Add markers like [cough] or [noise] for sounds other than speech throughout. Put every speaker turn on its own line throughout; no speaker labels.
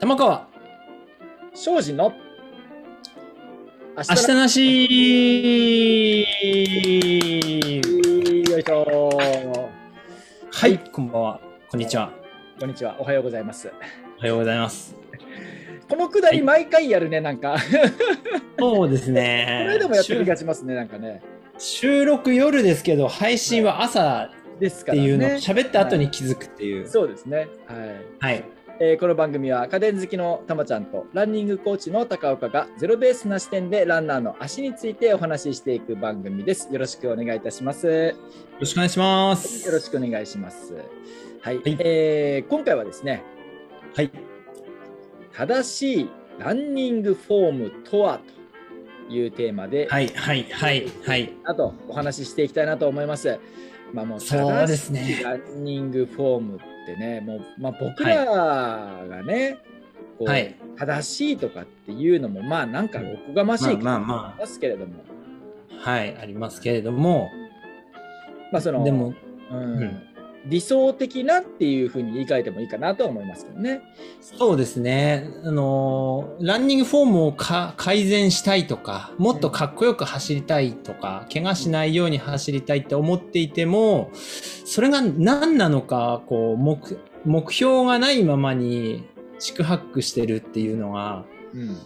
玉川、
庄司の明
明日
の
なし
よいしょ
はい、こんばんは。こんにちは。
こんにちはおはようございます
おはようございます。
このくだ
は
り
い
毎回やるねなんかこ
そうです
れ
ね
でもやってる気がしますねなんかね
収録夜ですけど、配信は朝
です
っ
か
て
らね
いうの、喋った後に気づくっていう。
そうですねはい
はい。
えーこの番組は家電好きのたまちゃんとランニングコーチの高岡がゼロベースな視点でランナーの足についてお話ししていく番組です。よろしくお願いいたします。
よろしくお願いします。
よろしくお願いします。はい、
い
えー今回はですね、
はい。
正しいランニングフォームとはというテーマで、
はい、はい、はい、はい。
あとお話ししていきたいなと思います。まあもう
そうですね
正しいランニングフォームってね、もうまあ僕らがね、こう
はい。
正しいとかっていうのもまあなんかおこがましい
まあまあまあ
ですけれども、
はい、ありますけれども、
まあその
でも、
うん
うん
理想的なっていうふうに言い換えてもいいかなとは思いますけどね。
そうですね、あのーランニングフォームをか改善したいとか、もっとかっこよく走りたいとか、怪我しないように走りたいって思っていても、それが何なのか、こう目目標がないままに四苦八苦してるっていうのが、
うん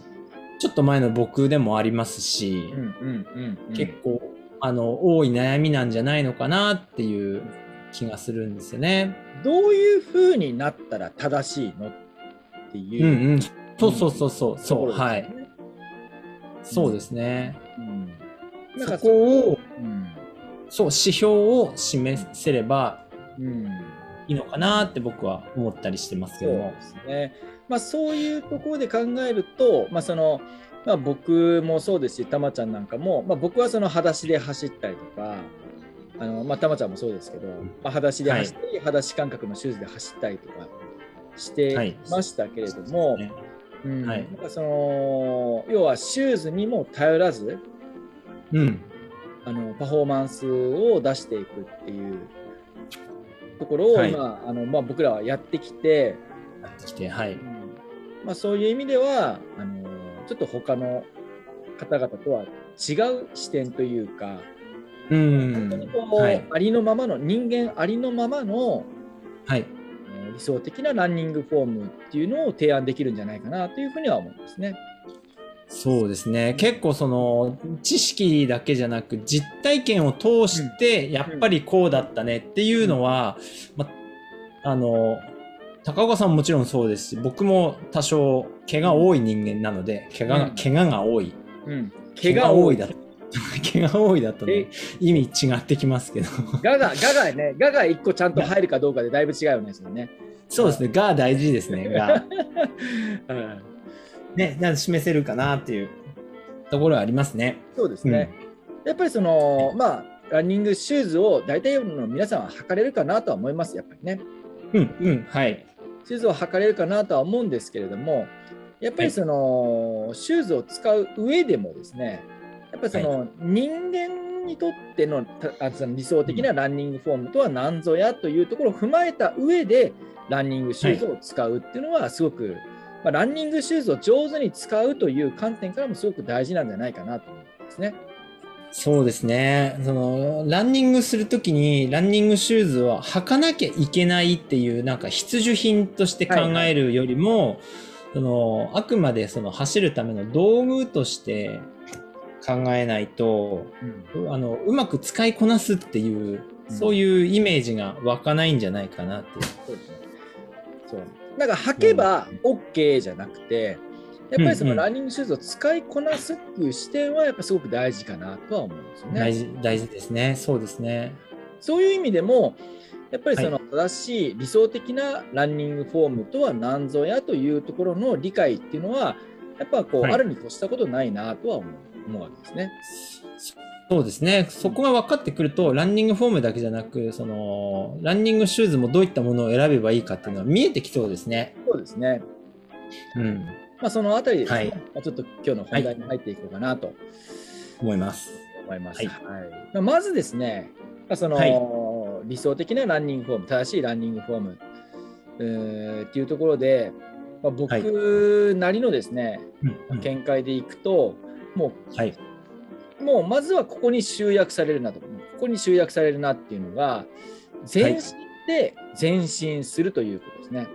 ちょっと前の僕でもありますし、
うんうんうん
結構あの多い悩みなんじゃないのかなっていう気がするんですよね。
どういうふうになったら正しいのっていうう、
んうん、そうそうそうそう、
と
そ
こ
う
ろですよ
は
ね
い、そうですね。
うんな
そ
んか
こを、
うん
そう、指標を示せれば
うん、
いいのかなって僕は思ったりしてますけ
そう
ども
で。すね。まあそういうところで考えると、まあそのまあ、僕もそうですし、たまちゃんなんかも、まあ、僕はその裸足で走ったりとか、あのまあ、たまちゃんもそうですけど、まあ、裸足で走ったり、裸足感覚のシューズで走ったりとかしてましたけれども、
ね
うん
はい
なんかその要はシューズにも頼らず、
うん、
あのパフォーマンスを出していくっていうところを
はい
今、あのまあ、僕らはやってきて、
やってきて、はい。
まあ、そういう意味ではあのちょっと他の方々とは違う視点というか、
う
本
ん
当にこ、う、
はい、
ありのままの人間ありのままの
はい、
あの理想的なランニングフォームっていうのを提案できるんじゃないかなというふうには思いますね。
そうですね。結構その知識だけじゃなく実体験を通してやっぱりこうだったねっていうのは、まあの高岡さんももちろんそうですし、僕も多少怪我多い人間なので、怪我が
うん
怪我が多い。
うん、
毛
毛
が
が
多
多
い
い
[laughs] だと。毛が多いだとね、意味違ってきますけど。
ガがガがね、ガが1個ちゃんと入るかどうかでだいぶ違うよね、それね。
そうですね、が大事ですね、が。
うん
ね、なんか示せるかなっていうところはありますね。
そうです
うん
ね。やっぱりその、まあ、ランニングシューズを大体の皆さんは履かれるかなとは思います、やっぱりね。
うん、うん、はい。
シューズを履かれるかなとは思うんですけれども、やっぱりその、シューズを使う上でもですね、やっぱりその、人間にとってのたあその理想的なランニングフォームとは何ぞやというところを踏まえた上で、ランニングシューズを使うっていうのは、すごく、まあ、ランニングシューズを上手に使うという観点からもすごく大事なんじゃないかなと思うんですね。
そうですね。その、ランニングするときに、ランニングシューズは履かなきゃいけないっていう、なんか必需品として考えるよりも、その、あくまでその走るための道具として考えないと、
うん
あのうまく使いこなすっていう、
うん
そういうイメージが湧かないんじゃないかなっていう。
そうですね。そう。なんか履けば OK じゃなくて、やっぱりそ
うんう
の
ん
ランニングシューズを使いこなすっていう視点はやっぱすごく大事かなとは思うんですよ
大
ね。
事大事ですね。そうですね。
そういう意味でも、やっぱりその正しい理想的なランニングフォームとは何ぞやというところの理解っていうのは、やっぱこう、
はい
あるに越したことないなとは思う思うわけですね。
そうですね。そこが分かってくると、ランニングフォームだけじゃなく、そのランニングシューズもどういったものを選べばいいかっていうのは見えてきそうですね。
そうですね。
うん、
まあそのあたりですね、
はい
まあちょっと今日の本題に入っていこうかなと
思います。
思います。
はい
まあまずですね、まあその、
は
理想的なランニングフォーム、正しいランニングフォームうーっていうところで、まあ、僕なりのですね、
うんうん
見解でいくと、も
はい。
う、もうまずはここに集約されるなと、ここに集約されるなっていうのが、前進で前進するということですね。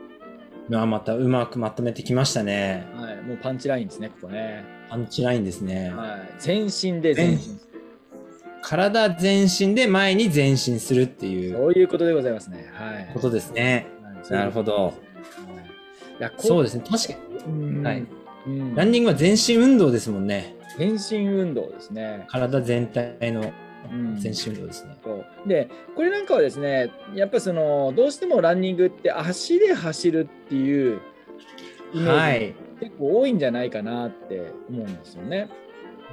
まあ、またうまくまとめてきましたね。
はい、もうパンチラインですね、ここね。
パンチラインですね。
はい、前進で前進する。
体全身で前に前進するっていう
そういうことでございますね。はい。
ことですね。
はい
なるほど。
そういうことですねはいいやこ
そうですね。確かに。
うん
はい
うん
ランニングは全身運動ですもんね。
全身運動ですね。
体全体の
うん
全身運動ですね。
そうでこれなんかはですねやっぱそのどうしてもランニングって足で走るっていうイメ
は
ージ
い。
結構多いんじゃないかなって思うんですよね。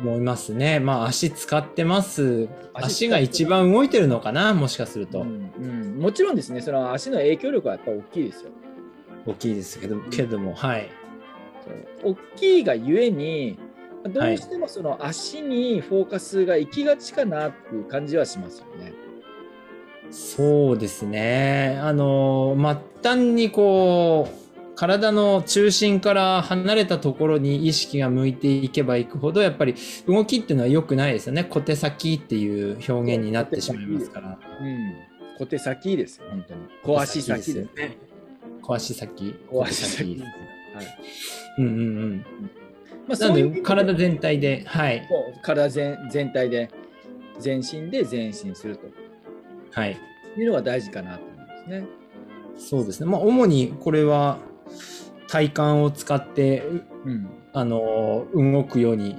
思いますね。まあ足使ってます。
足使って
足が一番動いてるのかなもしかする
う
と。
んうんもちろんですねその足の影響力はやっぱ大きいですよ。
大きいですけど、けども、はい。
そう大きいがゆえにどうしてもその足にフォーカスが行きがちかなっていう感じはしますよね。
そうですね。あの、末端にこう、体の中心から離れたところに意識が向いていけばいくほど、やっぱり動きっていうのは良くないですよね。小手先っていう表現になってしまいますから。
うん、小手先ですよ本当に小足先です。
よね。小足先。
小足先
小手
はい
うんうんうん。
まあ
な
そ
の
ういう意味
で、体全体で、はい。
もう体全全体で全身で前進すると
はい。
いうのが大事かなと思うんですね。
そうですね。まあ、主にこれは体幹を使って、
うん、
あの、動くように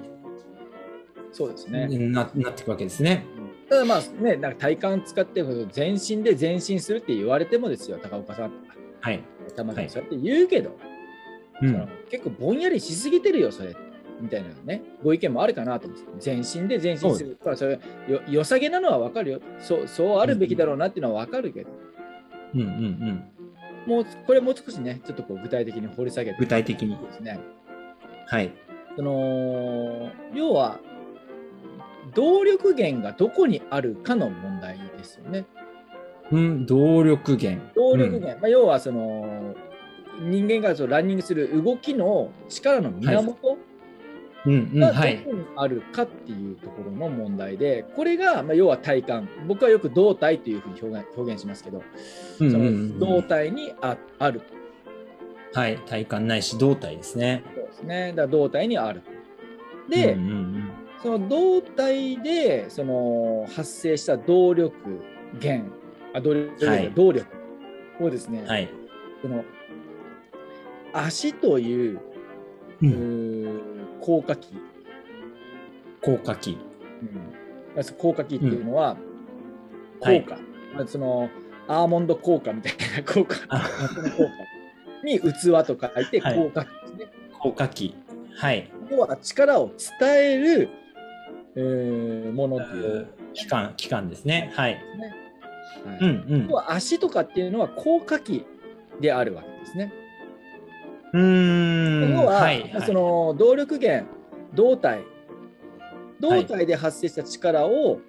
そうですね。
な,、なっていくわけですね。
ただまあね、なんか体幹使って全身で前進するって言われてもですよ、高岡さん、
はい。
玉木さん、そうやって言うけど、
う
その
ん。
結構ぼんやりしすぎてるよ、それ。みたいなね、ご意見もあるかなと思うんです。全身で前進する。まあそれよ良さげなのは分かるよそう。そうあるべきだろうなっていうのは分かるけど、
うんうんうん。
もうこれもう少しね、ちょっとこう具体的に掘り下げて。
具体的に
ですね。
はい。
その要は動力源がどこにあるかの問題ですよね。
うん、動力源。
動力源、まあ、要はその人間がそのランニングする動きの力の源
うん。うん、うん、
がど
は
こ
い。
にあるかっていうところの問題で、これが、まあ、要は体幹僕はよく胴体というふうに表現表現しますけど、
うんうん
そ
うん
の胴体にあある
はい。体幹ないし、胴体ですね。
そうですねだから胴体にある。で、
うんうんうん、
その胴体でその発生した動力源あ動力,、
はい
動力をですね、
はい。
その足という,、
う、
うんー効果器、
効果器。
まず効果器っていうのは、
はい
効果、まあそのアーモンド効果みたいな効果
あ
その効果に器と書いて
はい
効果器ですね、
効果器。はい。
要は力を伝える、えーものっていう
期間、期間ですね。はい。
んですね。はい
うん
要は足とかっていうのは効果器であるわけですね。
うん。うーん。
要は、
はい。はい
その動力源胴体胴体で発生した力を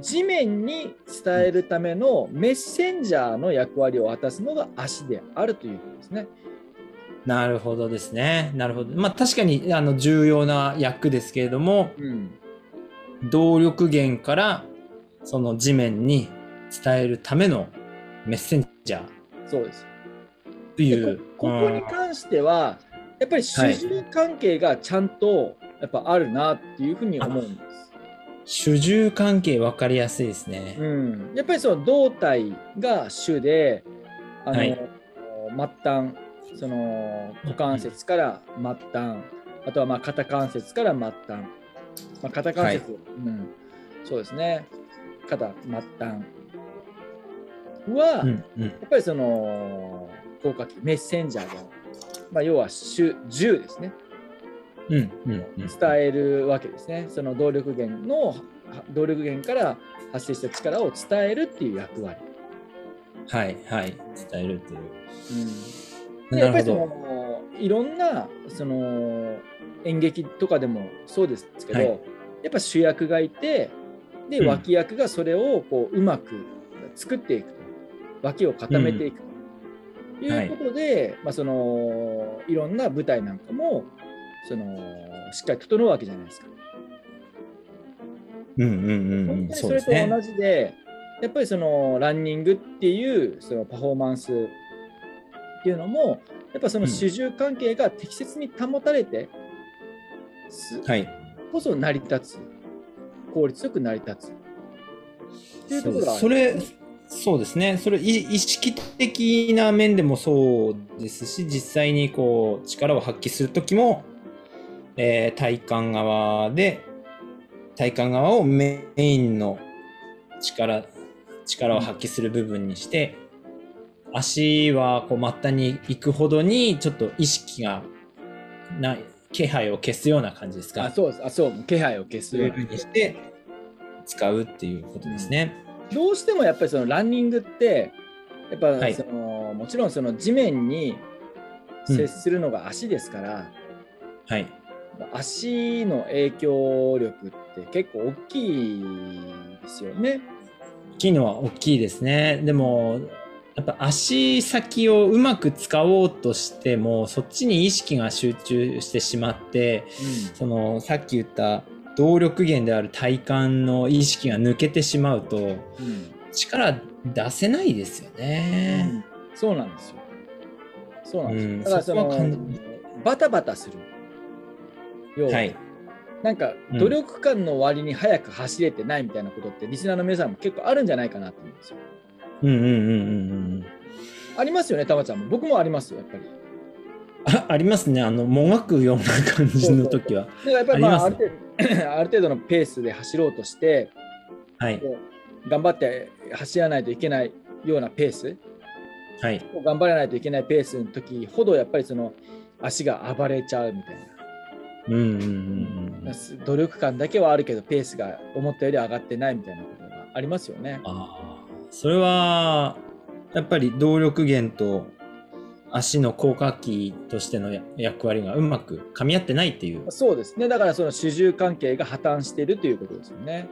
地面に伝えるためのメッセンジャーの役割を果たすのが足であるということですね。
なるほどですね。なるほど。まあ確かにあの重要な役ですけれども、
うん、
動力源からその地面に伝えるためのメッセンジャー
そうです。
とい
で
う。
こここに関してはやっぱり主従関係がちゃんとやっぱあるなっていうふうに思うんです。
主従関係分かりやすいですね。
うん、やっぱりその胴体が主であの、
はい
末端その股関節から末端あとはまあ肩関節から末端、まあ、肩関節、うん、そうですね肩末端は、
うん
や
うん。
っぱりその効果器メッセンジャーが、まあ、要は主10ですね
うんうんうん。
伝えるわけですねその動力源のは動力源から発生した力を伝えるっていう役割。
はいはい。伝えるというう。
ん、でやっぱ
なる
りそ
ほど。
のいろんなその演劇とかでもそうですけど、
はい
やっぱ主役がいてで
うん
脇役がそれをこううまく作っていくと脇を固めていくと、いうことで、まあ、そのいろんな舞台なんかもそのしっかり整うわけじゃないですか。
うんうんうん
本
うん。
当に
そ
そう
で
れ
す
と
ね
同。じでやっぱりそのランニングっていうそのパフォーマンスっていうのもやっぱその主従関係が適切に保たれて、す
はい。
こそ成り立つ効率よく成り立つっていうところが
それ、そうですね。それ、い意識的な面でもそうですし、実際にこう、力を発揮するときも、えー体幹側で、体幹側をメインの力、力を発揮する部分にして、足はこう末端に行くほどに、ちょっと意識がない、気配を消すような感じですか。
あそうですあそう気配を消す
そういうふうにして使うっていうことですね。
どうしてもやっぱりそのランニングってやっぱ
はい
その、もちろんその地面に接するのが足ですから、
はい。
足の影響力って結構大きいですよね。
大きいのは大きいですね。でも、やっぱ足先をうまく使おうとしても、そっちに意識が集中してしまって、そのさっき言った動力源である体幹の意識が抜けてしまうと、
うん
力出せないですよね。
そうなんですよ。そうなんですよ。
うん
だからその
そこは感じ
バタバタする。要は、
はい。
なんか
うん
努力感の割に早く走れてないみたいなことって、リスナーの皆さんも結構あるんじゃないかなと思うんですよ。
うんうんうんうんうん。
ありますよね、たまちゃんも。僕もありますよ、やっぱり。
あありますね。あの、もがくような感じの時は。
だからやっぱりまああ
あ
る
り
程度 [coughs] ある程度のペースで走ろうとして、
はい。
頑張って走らないといけないようなペース、
はい。
頑張らないといけないペースの時ほどやっぱりその足が暴れちゃうみたい
うんうんうんうん
な、。努力感だけはあるけどペースが思ったより上がってないみたいなことがありますよね。
あーそれはやっぱり動力源と足の効果器としてのや役割がうまく噛み合ってないっていう。
そうですねだからその主従関係が破綻しているということですよね。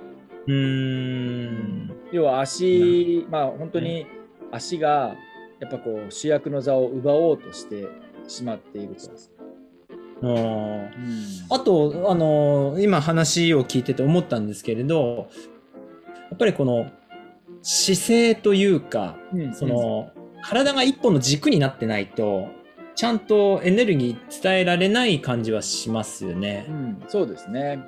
うーん。
要は足、まあ本当に足がやっぱこう主役の座を奪おうとしてしまっていると。
あー
うん
あと、あのー今話を聞いてて思ったんですけれど、やっぱりこの姿勢というか、
うん
その、体が一本の軸になってないと、ちゃんとエネルギー伝えられない感じはしますよね。
うん、そうですね。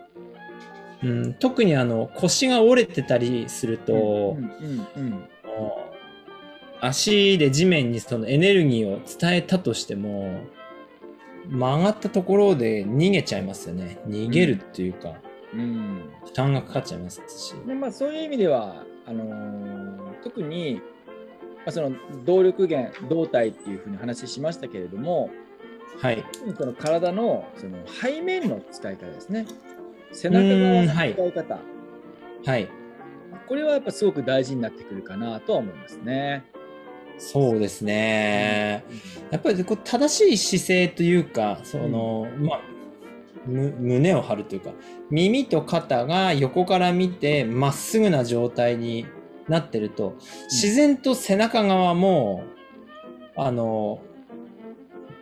うん、特にあの腰が折れてたりすると、
うんうん
あの足で地面にそのエネルギーを伝えたとしても曲がったところで逃げちゃいますよね逃げるっていうか、
うんうん
負担がかかっちゃいますし、
でまあ、そういう意味ではあのー特に、まあ、その動力源動体っていうふうに話しましたけれども
はい
その体のその背面の使い方ですね背中側の使い方、
はい
これはやっぱすごく大事になってくるかなとは思いますね。
そうですね、やっぱりこう正しい姿勢というかその、まあむ胸を張るというか耳と肩が横から見てまっすぐな状態になってると自然と背中側も、あの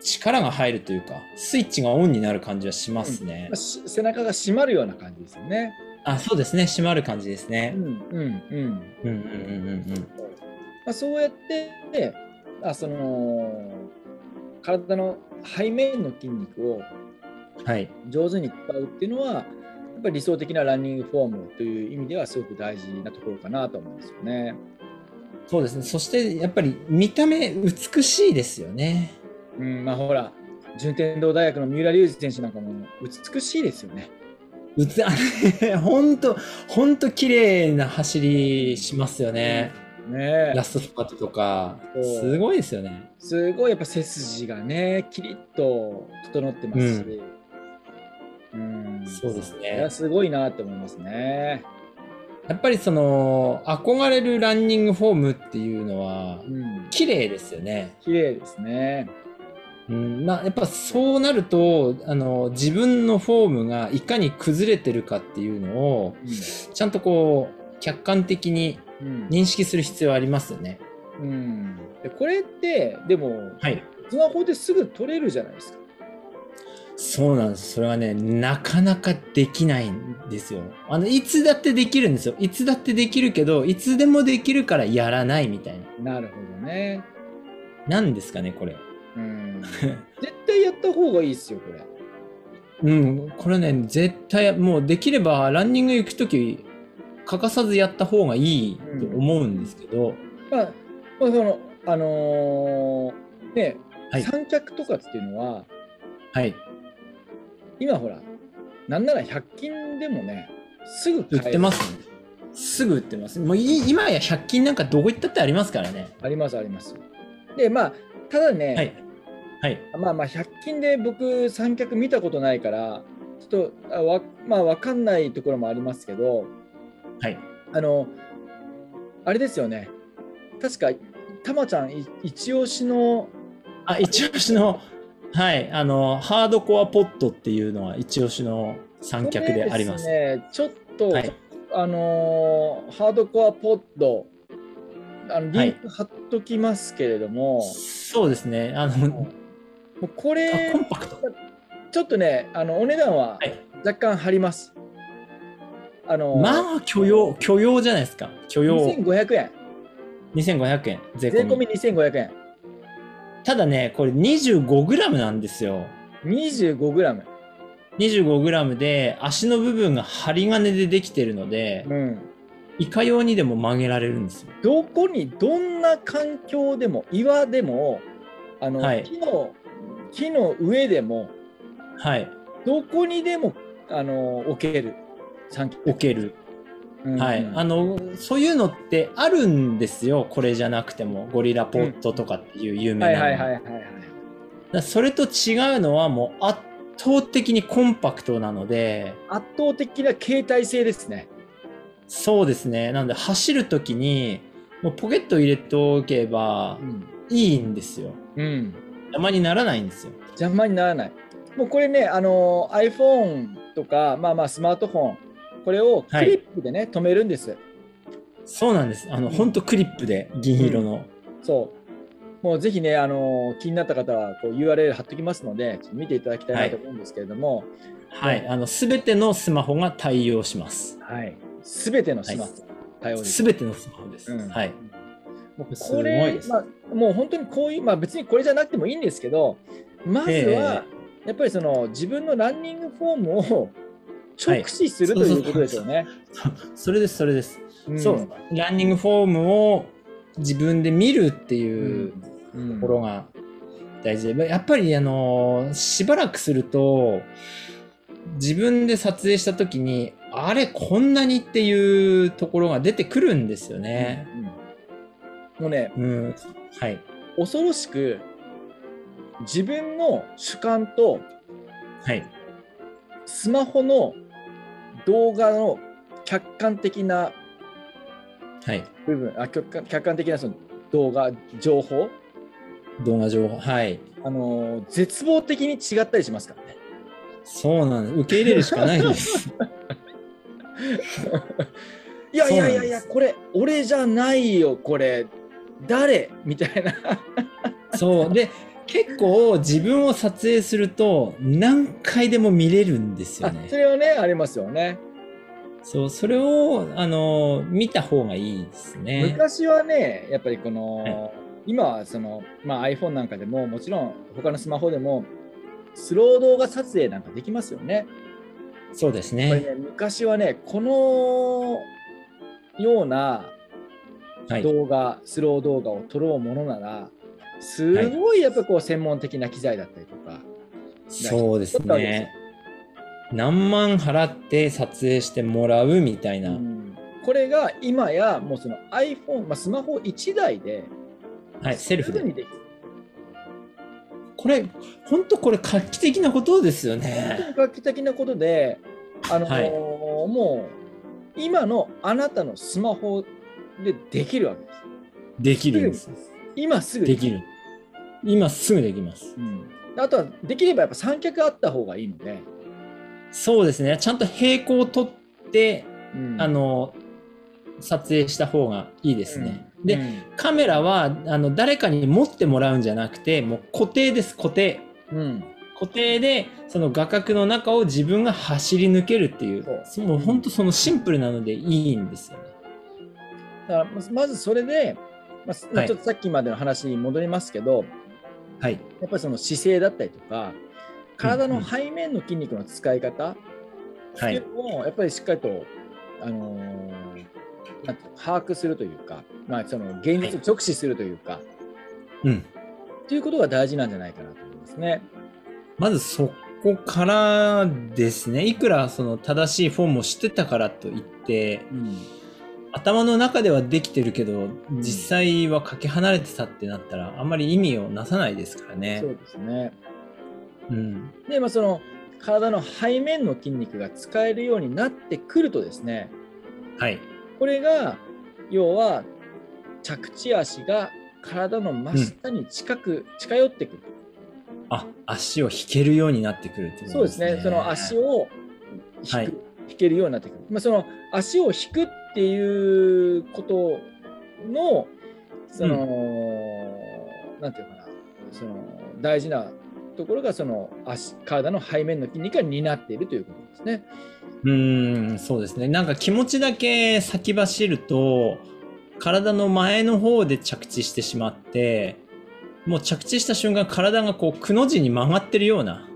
力が入るというかスイッチがオンになる感じはしますね
まあ、、し背中が締まるような感じですよね。
あそうですね締まる感じです
う
ね
ん、うんうん
うんうんうんうん
まあ、そうやってあその体の背面の筋肉を
うんはい
上手に使うっていうのはやっぱり理想的なランニングフォームという意味ではすごく大事なところかなと思うんですよね。
そうですねそしてやっぱり見た目美しいですよね
うんまあ、ほら順天堂大学の三浦龍司選手なんかも美しいですよね。
うつあれ [laughs] 本当本当綺麗な走りしますよね。
ねえ
ラストスパートとか
そう
すごいですよね。
すごいやっぱ背筋がねキリッと整ってますし、うん
そうです
それ
ね
は。すごいなと思いますね。
やっぱりその憧れるランニングフォームっていうのは
うん
綺麗ですよね。
綺麗ですね。
うん、まあやっぱそうなるとあの自分のフォームがいかに崩れてるかっていうのをちゃんとこう客観的に
うんうん
認識する必要ありますよね。
うん、でこれってでも
はい。
スマホですぐ撮れるじゃないですか。
そうなんです。それはね、なかなかできないんですよ。あの、いつだってできるんですよ。いつだってできるけど、いつでもできるからやらないみたいな。
なるほどね。
なんですかね、これ。
うん
[laughs]
絶対やった方がいいですよこれ。
うん、これね、絶対、もうできればランニング行くとき、欠かさずやった方がいいと思うんですけど、
まあ、まあそのあのーね、
はい
三脚とかっていうのは
はい。
今ほらなんなら100均でもねすぐ
売
買える
ってますね。すぐ売ってます。もうい今や100均なんかどこ行ったってありますからね。
ありますあります。でまあただね、
はい。はい。
まあまあ100均で僕三脚見たことないからちょっとあわまあわかんないところもありますけど
はい。
あのあれですよね確かたまちゃんい一押しの
あ、一押しの、はい、あの、ハードコアポットっていうのは一押しの三脚であります。
これですね、ちょっと、
はい
あのーハードコアポッドあのリンク貼っときますけれども、
そうですね。あの、
も
あ
うこ
コン
れ
パクト。
ちょっとねあのお値段は
はい
若干張ります。あのー
まあ、許容、許容じゃないですか。許容。
2500円
2500円、税
税
込
込
み。
み2500円
ただね、これ 25g なんですよ。
25g、
25g で足の部分が針金でできてるので、
うん、
いかようにでも曲げられるんですよ。
どこにどんな環境でも岩でもあの、
はい
木の木の上でも
はい。
どこにでもあの置ける三脚
置ける。
うん
はい、あのそういうのってあるんですよこれじゃなくてもゴリラポットとかっていう有名
は
ないのが、
はいはいはいはい
だからそれと違うのはもう圧倒的にコンパクトなので
圧倒的な携帯性ですね
そうですねなので走る時にもうポケット入れておけば
ん、
いいんですよ
うん、
邪魔にならないんですよ
邪魔にならないもうこれねあの iPhone とかまあまあスマートフォンこれをクリップでね、止めるんです
そうなんですあの、
うん
ほんとクリップで銀色の、
そう。もうぜひね、あの気になった方はこう URL 貼っておきますので、ちょっと見ていただきたいなと思うんですけれども、
はいあの全てのスマホが対応します
はい。す、べ、てのスマホ、対応です。
全てのスマホです、
うん
はい
もう
すご
こ
い
れ
で、す
まあ、もう本当にこういう、まあ別にこれじゃなくてもいいんですけど、まずは、やっぱりその自分のランニングフォームを直視するということですよね。
それですそれです
ん
そう、ランニングフォームを自分で見るっていうと
うん
ころが大事で、やっぱりあのしばらくすると自分で撮影した時にあれこんなにっていうところが出てくるんですよね。
うんうんもうね、
うん、はい
恐ろしく自分の主観と
はい
スマホの動画の客観的な
はい
部分あ客観客観的なその動画情報、
動画情報はい
あのー絶望的に違ったりしますからね。
そうなんです受け入れるしかないんです [laughs]
いやいや
そうな
い
ん
やい
で
や
す
これ俺じゃないよこれ誰みたいな
そうで結構自分を撮影すると何回でも見れるんですよ
あ
ね
[laughs] それはねありますよね。
そう、それを、あの、見た方がいいですね。
昔はねやっぱりこ
は
の今はその、まあ、iPhone なんかでももちろん他のスマホでもスロー動画撮影なんかできますよね。
そうです
これ
ね。
ね、昔はね、このような
はい。
動画、スロー動画を撮ろうものなら、すごいやっぱこう専門的な機材だったりとか、
そうです
撮ったわけですよ
ね。何万払って撮影してもらうみたいうな。
んこれが今やもうその iPhone、まあ、スマホ1台で、
はい、セルフ
すぐ
で。
にできる。
これ、本当これ画期的なことですよ
本当 [laughs]
ね。
に画期的なことで、あのー
はい
もう今のあなたのスマホでできるわけです。
できるんです。
今すぐ
できる。今すぐできます。
うんあとはできればやっぱ三脚あった方がいいので、
そうですね。ちゃんと平行を取って、
うん
あの、撮影した方がいいですね。
うん
で
うん
カメラはあの誰かに持ってもらうんじゃなくてもう固定です固定
うん、
固定でその画角の中を自分が走り抜けるっていう
そう
そもう本当そのシンプルなのでいいんですよね。
だからまずまずそれで、まあすま
は
あ
い
ちょっとさっきまでの話に戻りますけど、
はい、
やっぱりその姿勢だったりとか、体の背面の筋肉の使い方って
はいいう
のをやっぱりしっかりと、あのーなんていうの把握するというか、まあ、その現実を直視するというか、
うん、
っていうことが大事なんじゃないかなと思いますね。
まずそこからですねいくらその正しいフォームを知ってたからといって
うん
頭の中ではできてるけど
ん
実際はかけ離れてたってなったらあんまり意味をなさないですからね
そ。うですね
うん
で、まあ、その体の背面の筋肉が使えるようになってくるとですね
はい
これが要は着地足が体の真下に近く、近寄ってくる
あ足を引けるようになってくるってこと
そうですねその足を引く、
はい
引けるようになってくる、まあ、その足を引くっていうことのその、なんていうのかなその大事なところがその足体の背面の筋肉が担っているということですね。
うーん、そうですね。なんか気持ちだけ先走ると、体の前の方で着地してしまって、もう着地した瞬間、体がこう、くの字に曲がってるような、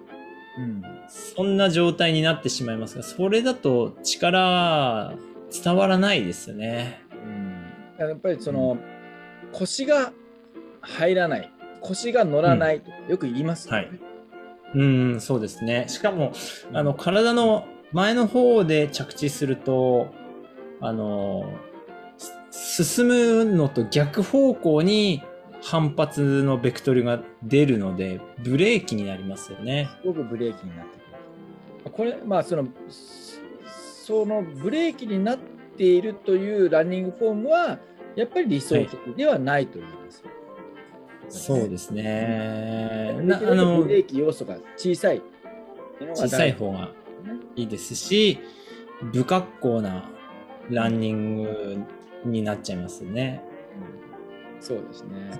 うん
そんな状態になってしまいますが、それだと力、伝わらないですよね。
やっぱりその、腰が入らない腰が乗らないとよく言いますよね、
うーん、そうですね。しかも、あの、体の前の方で着地すると、あの、す進むのと逆方向に反発のベクトルが出るので、ブレーキになりますよね。
すごくブレーキになってくるこれまあそのすそのブレーキになっているというランニングフォームはやっぱり理想的ではないと言います、
そうですね。
で
な
き
あ
るだけ
の
ブ、レーキ要素が小さいっていうのが
小
大事
さい方がいいですし、不格好なランニングになっちゃいますよね。
うんそうですね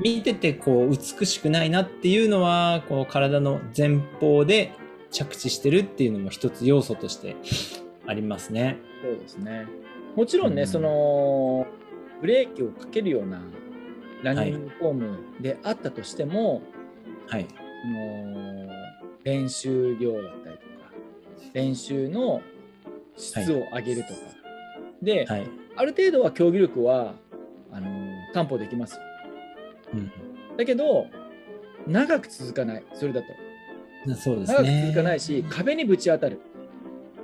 見ててこう美しくないなっていうのはこう体の前方で着地してるっていうのも一つ要素としてありますね。
そうですね。もちろんね、
うん
そのブレーキをかけるようなランニングフォームであったとしても、
はい。
あの練習量だったりとか、練習の質を上げるとか、で、
はい。
ある程度は競技力はあの担保できます。
うん
だけど、長く続かない、それだと。
そうです
長く
ね。
続かないし、壁にぶち当たる。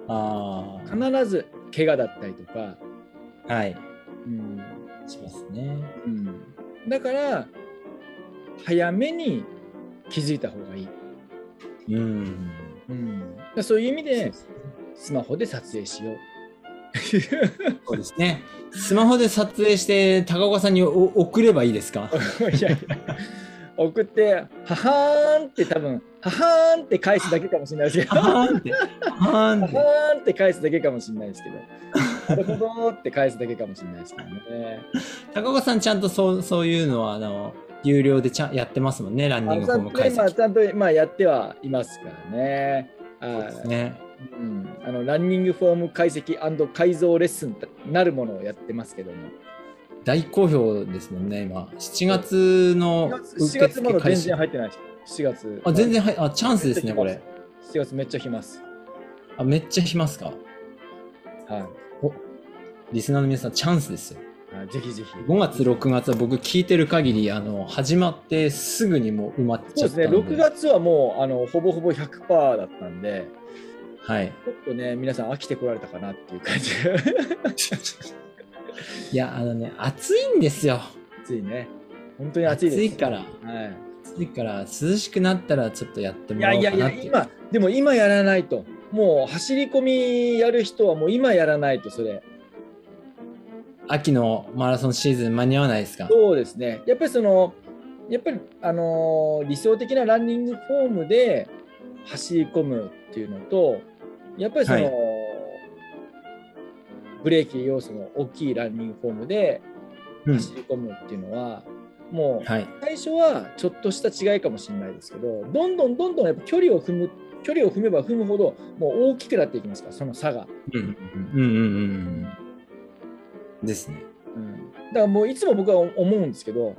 あ
必ず怪我だったりとか、
あ。はい。
うん、
しますね。
うん、だから早めに気づいた方がいい、
うん。
うん、そういう意味でスマホで撮影しようい
そうですね。スマホで撮影して高岡さんにお送ればいいですか
や [laughs] いや送って「ははーん」って多分「ははーん」って返すだけかもしれないですけど「は
はーんって。はーんって。
はーん」って返すだけかもしれないですけど「なるほど」って返すだけかもしれないですけどね。
高岡さんちゃんとそうそういうのはあの有料でちゃんやってますもんね。ランニングフォーム解
あの
析。
ちゃんとまあちゃんと、まあ、やってはいますからね。
そう
は
で
い
すね。
うん、あのランニングフォーム解析改造レッスンなるものをやってますけども
大好評ですもんね、今。7月の
7
受
月ま
付
だ全
開始
然。入ってないです7月
あ、全然はい、あ、チャンスですね、これ。
7月めっちゃ来ます
あ、めっちゃ暇ますか。
は
リスナーの皆さん、チャンスですよ。
いあぜひぜひ
5月、6月は僕聞いてる限り、あの、始まってすぐにもう埋まっち
そ
ゃ
う
っ
で
た
す
んで。
ね6。月はもうあのほぼほぼ100%だったんで
はい。
ちょっとね皆さん飽きてこられたかなっていう感じ [laughs]
いや、あのね、暑いんですよ。
暑いね本当に暑いです
から。
はい
暑いから、涼しくなったらちょっとやって
い
も
や
らお
いう
か
やい
な
や
っていう。
今でも今やらないともう走り込みやる人はもう今やらないとそれ
秋のマラソンシーズン間に合わないですか。
そうですね。やっぱりその、やっぱり、あのー理想的なランニングフォームで走り込むっていうのと、やっぱりその、
はい
ブレーキ要素の大きいランニングフォームで
うん
走り込むっていうのは、もう
はい。
最初はちょっとした違いかもしれないですけどどんどんどんどんやっぱ距離を踏む距離を踏めば踏むほどもう大きくなっていきますからその差が、
うんうんうんうんうんうん。ですね。
うん、だからもういつも僕は思うんですけど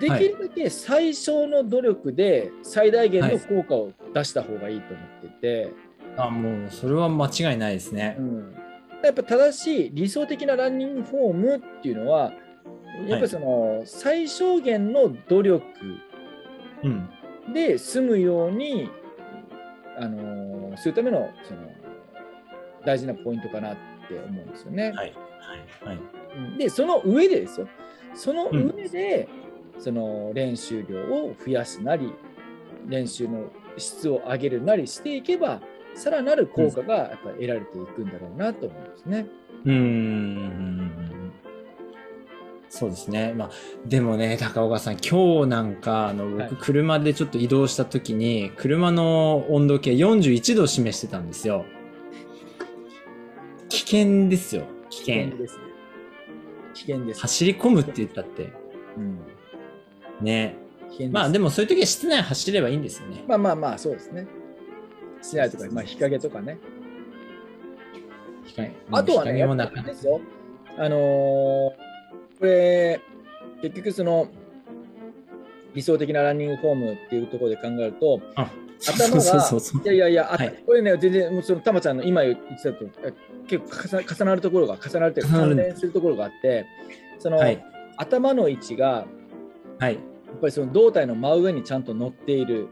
できるだけ最小の努力で最大限の効果を出した方がいいと思ってて、
あ、もう、それは間違いないですね
う。ん、やっぱ正しい理想的なランニングフォームっていうのはやっぱりその最小限の努力
うん。
で済むように、あのーするためのその大事なポイントかなって思うんですよ
は
ね。
い。はい。はい。
うんでその上でですよその上で、その練習量を増やすなり練習の質を上げるなりしていけばさらなる効果がやっぱり得られていくんだろうなと思うんですね。
うーん。そうですね。まあ、でもね、高岡さん、今日なんか、あの、
はい
僕、車でちょっと移動した時に、車の温度計41度示してたんですよ。危険ですよ。危
危
険
険。ですね。危険です。
走り込むって言ったって。
うん、
ね。
危険です
まあ、でもそういう時は室内走ればいいんですよね。
まあまあまあ、そうですね。室内とか、まあ、日陰とかね。
光
あとはね、
光
や
も
っぱ
な
り
か
ですよ。あのーこれ、結局その、理想的なランニングフォームっていうところで考えると、
あ
頭が
そうそうそう
いやいやいや、あ
はい
これね、全然、もうそのたまちゃんの今言ってたと、え結構重な重なるところが、重なるというか、
重なる
関
んだ
連するところがあって、その、
はい。
頭の位置が、
はい。
やっぱりその胴体の真上にちゃんと乗っている。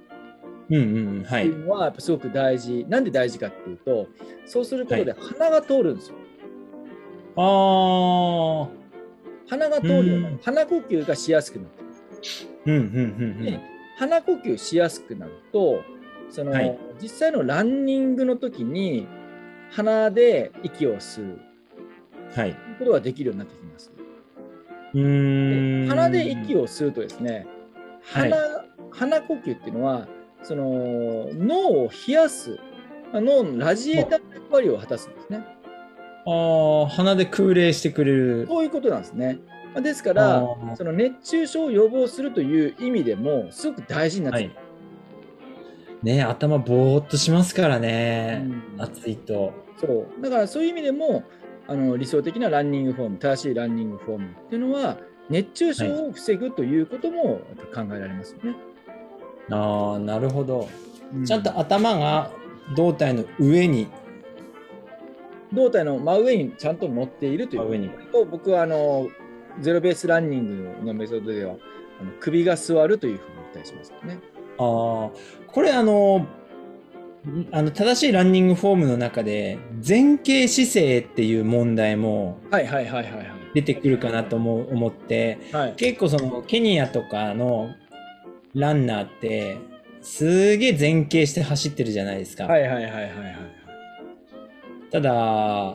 うんうんうん。は
っ
い
てい。うのはやっぱすごく大事、なんで大事かっていうとそうすることで鼻が通るんですよ、
あー。
鼻が通るようにな
う
る
ん
鼻呼吸がしやすくなって
うんうんうんうん
で。鼻呼吸しやすくなるとその、
はい
実際のランニングの時に鼻で息を吸う
はい。
ことができるようになってきます
うーん。
鼻で息を吸うとですね
はい
鼻,、鼻呼吸っていうのはその脳を冷やすまあ脳のラジエーターの役割を果たすんですね
ああ、鼻で空冷してくれる。
そういうことなんですね。まあですか
あ
ら
ー、
その熱中症を予防するという意味でも、すごく大事になって
は
くる
い。ね頭ぼーっとしますからね。
うん
暑いと。
そうだからそういう意味でもあの、理想的なランニングフォーム、正しいランニングフォームっていうのは、熱中症を防ぐということもやっぱ考えられますよね。
ああ、なるほど。
う
ちゃんと頭が胴体の上に。
胴体の真上にちゃんと乗っているという
上に
と僕はあのゼロベースランニングのメソッドでは、あの首が座るというふうに言ったりしますよね。
ああ、これあの、んあの正しいランニングフォームの中で前傾姿勢っていう問題も
はいはいはいはいはい。
出てくるかなと思う思って
はい、
結構そのケニアとかのランナーってすげえ前傾して走ってるじゃないですか、
はいはいはいはいはい。
ただあ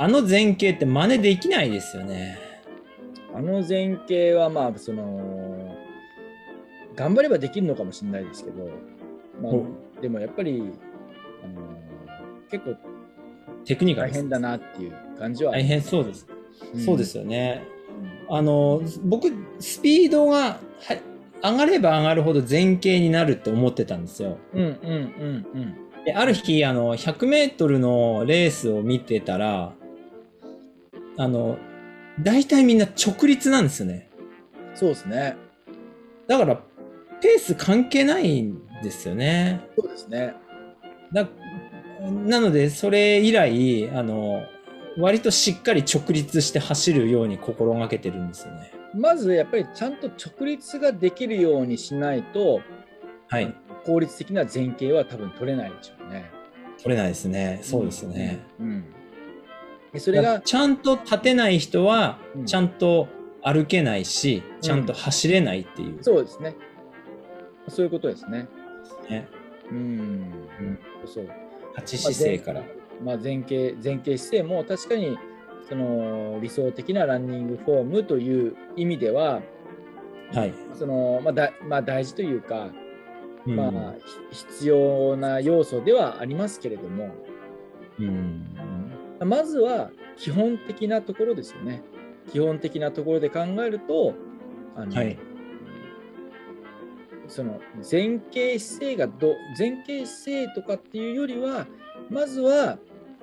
の前傾って真似できないですよね
あの前傾はまあその頑張ればできるのかもしれないですけど、まあ
ほ
でもやっぱり、あの結構
テクニカル
大
です
変だなっていう感じはあ
大
りま
変そうです、
ん
そうですよね
うん
あの僕スピードがは上がれば上がるほど前傾になるって思ってたんですよ
うんうんうんうん
である日あの 100m のレースを見てたらあの大体みんな直立なんですよね
そうですね
だからペース関係ないんですよね
そうですね
だなのでそれ以来あの割としっかり直立して走るように心がけてるんですよね
まずやっぱりちゃんと直立ができるようにしないと
はい
効率的な前傾は多分取れないでしょうね
取れないですねそうですね、
うん、でそれ
だか
が
らちゃんと立てない人は
うん
ちゃんと歩けないし、ちゃんと走れないっていう、
そうですねそういうことですね
ね
うん
うん
そう
立ち姿勢から、
まあ、前傾前傾姿勢も確かにその理想的なランニングフォームという意味では
はい、
その、まあだまあ、大事というか、
うん
まあ、ひ必要な要素ではありますけれども
うん
まずは基本的なところですよね。基本的なところで考えると、あの
はい。
その前傾姿勢がど前傾姿勢とかっていうよりはまずは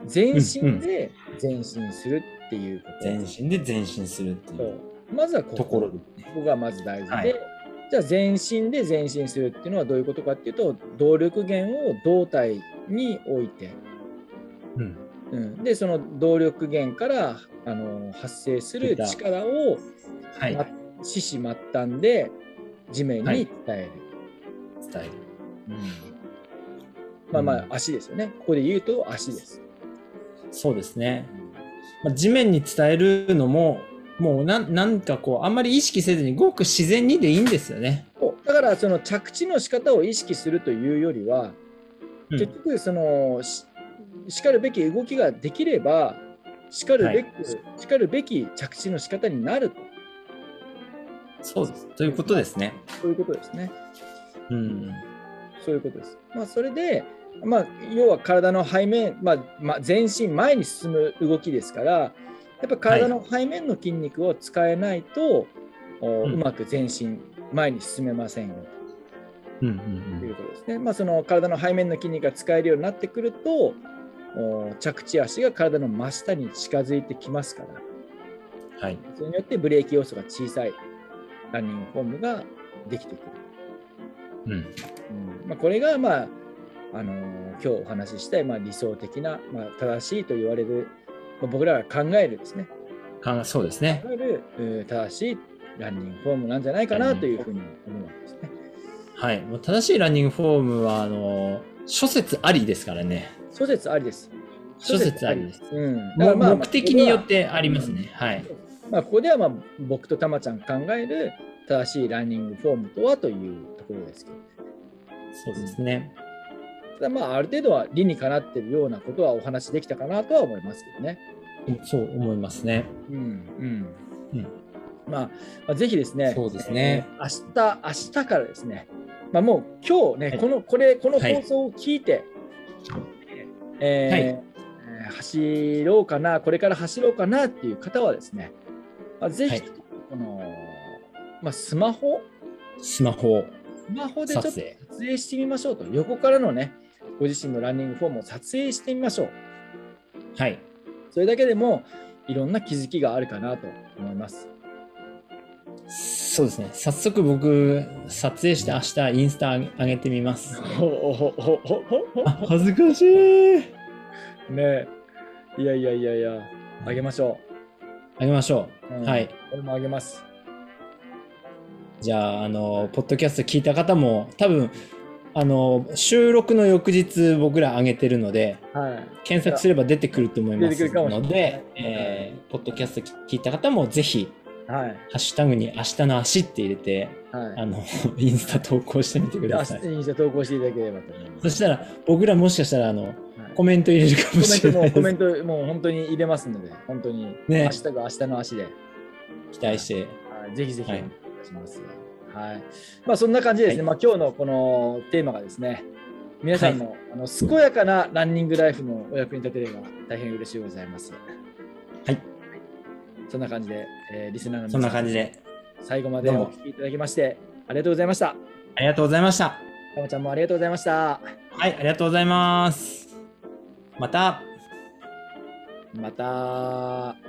全身で前進するっていうこと、
全身で前進するってい
そううまずはこと
ころで、
こ
ね。
こがまず大事で、
はい
じゃあ全身で前進するっていうのはどういうことかっていうと動力源を胴体に置いて、
うん。
うん、でその動力源からあの発生する力を
はい。
ま
伝
四肢末端で地面に伝える。
える。
まあまあ
う
足ですよね。ここで言うと足です。
そうですね。まあ、地面に伝えるのも、もうなんなんかこう、あんまり意識せずに、ごく自然にでいいんですよね。
そうだからその着地の仕方を意識するというよりは、
うん
結局そのししかるべき動きができればしかるべき、しかるべき着地の仕方になると
そうです。ということですね。
そういうことですね。
うん。
そういうことです。まあ、それで、まあ、要は体の背面、まあまあ、全身前に進む動きですから、やっぱ体の背面の筋肉を使えないと、お
うん
うまく全身前に進めませんよ
うんうん
と
う
い
ん
うことですね。まあ、その体の背面の筋肉が使えるようになってくると、お着地足が体の真下に近づいてきますから、
はい。
それによってブレーキ要素が小さいランニングフォームができてくる。
うん。
うんまあ、これが、まああのー今日お話ししたい、まあ、理想的な、まあ、正しいと言われる、まあ僕らが考えるですね
かそうですね。
考えるえー正しいランニングフォームなんじゃないかなというふうに思うわけですね。
はい。もう正しいランニングフォームは、あの、諸説ありですからね。
諸説ありです。
諸説ありです。
うん、だから
も
まあ
目的によっ。てありますね。はい。
まあ、ここでは、まあ、僕とたまちゃん考える正しいランニングフォームとはというところですけど、
そうですね。
ただまあ、ある程度は理にかなってるようなことはお話しできたかなとは思いますけどね。
そう思いますね。
うん
う
うんんまあまあ、ぜひですね、
そうですね
えー明日明日からですね、まあ、もう今日ね、
はい
このこれこの
はい
放送を聞いて、えー
はい
えー走ろうかな、これから走ろうかなっていう方はですね、まあ、ぜひ、
はい
このまあ、スマホ
スマホ
スマホでちょっ
撮
と撮
影。
影してみましょうと、横からのね、ご自身のランニングフォームを撮影してみましょう。
はい。
それだけでもいろんな気づきがあるかなと思います。
そうですね。早速僕、撮影して明日インスタ上げ上げてみます。
ほほほほほ
あ、恥ずかしい。
ほねえいやいやいやいやあげましょ
あげましょ
う、
う。はい。
俺もあげます
じゃあ、あの、ポッドキャスト聞いた方も、多分、あの、収録の翌日僕ら上げてるので、
はい
検索すれば出てくると思いま
出てく
す
るかもしれ
の
ない
で、えーポッドキャスト聞いた方もぜひ、
はい
ハッシュタグに明日の足って入れて、
は
あの、 [laughs] インスタ投稿してみてく
い
だ
明
さい
日。にじゃ投稿していただければと思います
そしたら、僕らもしかしたら、あの、
はい
コメント入れるかもしれない
コ
で
メン
す。
トもコメントもう本当に入れますので本当に
ね
明日が明日の足で、
期待して。
はい、ぜひぜひお
はい
願いしますはい、まあそんな感じでですね、
はい
まあ今日のこのテーマがですね皆さんの,、あの健やかなランニングライフのお役に立てれば大変嬉しいございます
はい。
そんな感じで、えーリスナーの皆
そ
さ
んな感じで。
最後まで
どう
お
も
聞きいただきましてありがとうございました。
ありがとうございました。
たまちゃんもありがとうございました。
はい、ありがとうございます。また。
また。